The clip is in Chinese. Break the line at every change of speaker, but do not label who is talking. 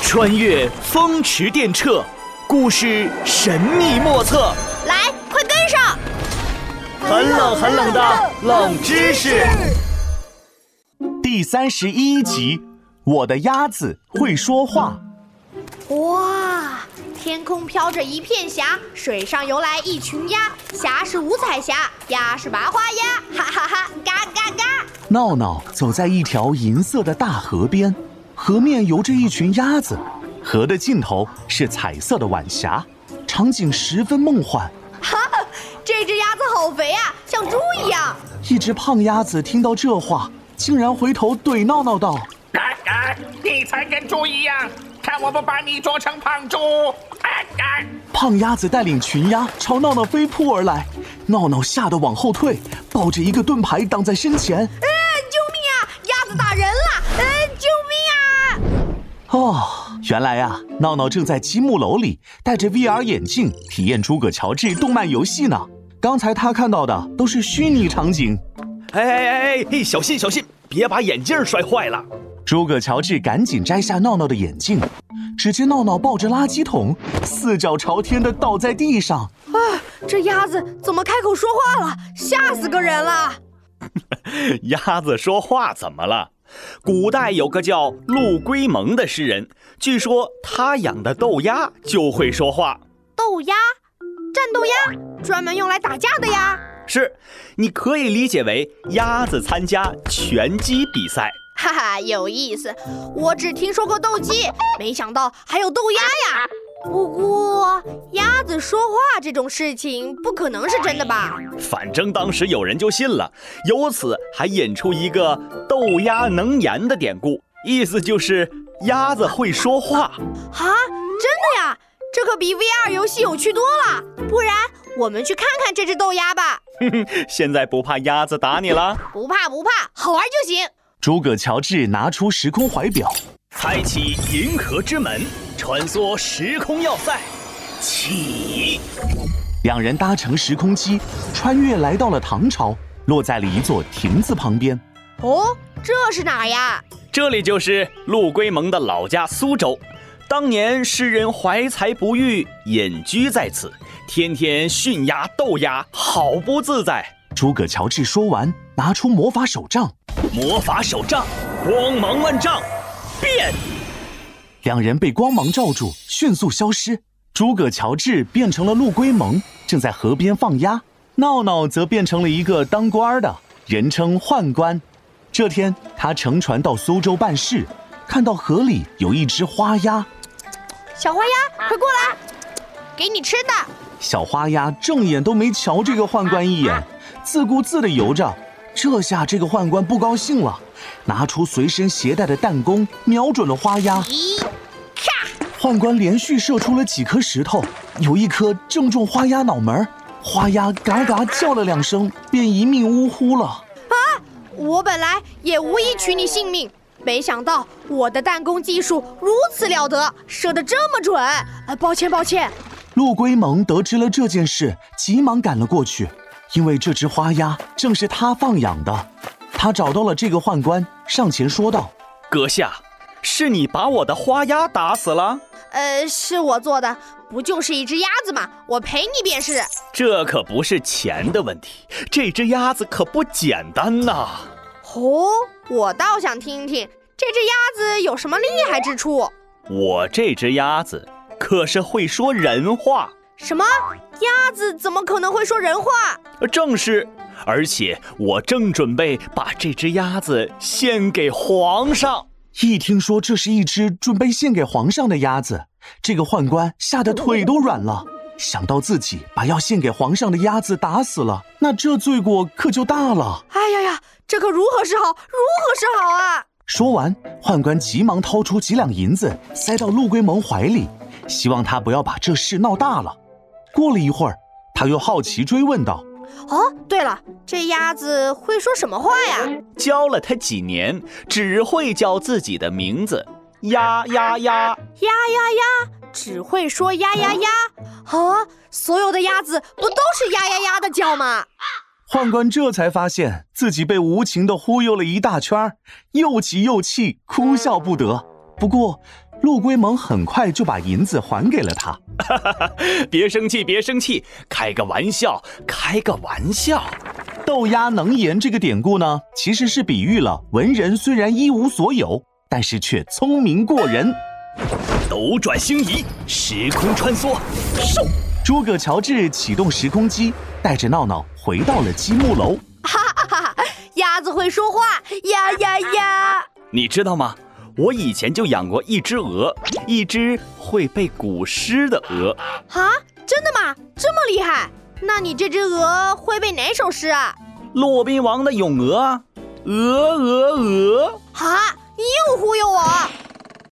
穿越风驰电掣，故事神秘莫测，
来，快跟上！
很冷很冷的冷知识。第三十一集，我的鸭子会说话。
哇，天空飘着一片霞，水上游来一群鸭，霞是五彩霞，鸭是麻花鸭，哈哈哈，嘎嘎嘎！
闹闹走在一条银色的大河边，河面游着一群鸭子，河的尽头是彩色的晚霞，场景十分梦幻。
哈，这只鸭子好肥啊，像猪一样。
一只胖鸭子听到这话，竟然回头怼闹闹道
哎哎，你才跟猪一样，看我不把你啄成胖猪！哎哎，：“
胖鸭子带领群鸭朝闹闹飞扑而来，闹闹吓得往后退，抱着一个盾牌挡在身前。
哎，救命啊！鸭子打人了！哎，救命啊！
哦，原来啊，闹闹正在积木楼里戴着 VR 眼镜体验诸葛乔治动漫游戏呢。刚才他看到的都是虚拟场景。
哎哎哎哎哎，小心小心，别把眼镜摔坏了。
诸葛乔治赶紧摘下闹闹的眼镜，只见闹闹抱着垃圾桶，四脚朝天的倒在地上。
这鸭子怎么开口说话了？吓死个人了！
鸭子说话怎么了？古代有个叫陆龟蒙的诗人，据说他养的豆鸭就会说话。
斗鸭，战斗鸭，专门用来打架的呀。
是，你可以理解为鸭子参加拳击比赛。
哈哈，有意思。我只听说过斗鸡，没想到还有斗鸭呀。不过，鸭子说话这种事情不可能是真的吧？
反正当时有人就信了，由此还引出一个“豆鸭能言”的典故，意思就是鸭子会说话。
啊，真的呀！这可比 VR 游戏有趣多了。不然，我们去看看这只斗鸭吧。
现在不怕鸭子打你了？
不怕不怕，好玩就行。
诸葛乔治拿出时空怀表，
开启银河之门，穿梭时空要塞，起！
两人搭乘时空机，穿越来到了唐朝，落在了一座亭子旁边。
哦，这是哪儿呀？
这里就是陆龟蒙的老家苏州，当年诗人怀才不遇，隐居在此，天天驯鸭斗鸭，好不自在。
诸葛乔治说完，拿出魔法手杖，
魔法手杖，光芒万丈，变！
两人被光芒罩住，迅速消失。诸葛乔治变成了陆龟蒙，正在河边放鸭；闹闹则变成了一个当官儿的，人称宦官。这天，他乘船到苏州办事，看到河里有一只花鸭，
小花鸭，快过来，给你吃的。
小花鸭正眼都没瞧这个宦官一眼，自顾自地游着。这下这个宦官不高兴了，拿出随身携带的弹弓，瞄准了花鸭。
咦，咔！
宦官连续射出了几颗石头，有一颗正中花鸭脑门儿，花鸭嘎嘎叫了两声，便一命呜呼了。
我本来也无意取你性命，没想到我的弹弓技术如此了得，射得这么准。呃，抱歉抱歉。
陆龟蒙得知了这件事，急忙赶了过去，因为这只花鸭正是他放养的。他找到了这个宦官，上前说道
阁下，是你把我的花鸭打死了？
呃，是我做的，不就是一只鸭子吗？我赔你便是。
这可不是钱的问题，这只鸭子可不简单呐、
哦，我倒想听听这只鸭子有什么厉害之处。
我这只鸭子可是会说人话，
什么？鸭子怎么可能会说人话？
正是，而且我正准备把这只鸭子献给皇上。：“
一听说这是一只准备献给皇上的鸭子，这个宦官吓得腿都软了。想到自己把要献给皇上的鸭子打死了，那这罪过可就大了。”
哎呀呀，这可如何是好？如何是好啊？
说完，宦官急忙掏出几两银子塞到陆龟蒙怀里，希望他不要把这事闹大了。过了一会儿，他又好奇追问道
哦，对了，这鸭子会说什么话呀？
教了它几年，只会叫自己的名字，鸭鸭鸭。
呀呀呀，只会说呀呀呀啊！所有的鸭子不都是呀呀呀的叫吗？：“
宦官这才发现自己被无情的忽悠了一大圈儿，又急又气，哭笑不得。不过，陆龟蒙很快就把银子还给了他。
别生气，别生气，开个玩笑，开个玩笑。
豆芽能言这个典故呢，其实是比喻了文人虽然一无所有，但是却聪明过人。
斗转星移，时空穿梭，嗖！
诸葛乔治启动时空机，带着闹闹回到了积木楼。
鸭子会说话呀呀呀！
你知道吗？我以前就养过一只鹅，一只会背古诗的鹅。
啊，真的吗？这么厉害？那你这只鹅会背哪首诗啊？
骆宾王的《咏鹅》啊，鹅鹅鹅。
啊，你又忽悠我！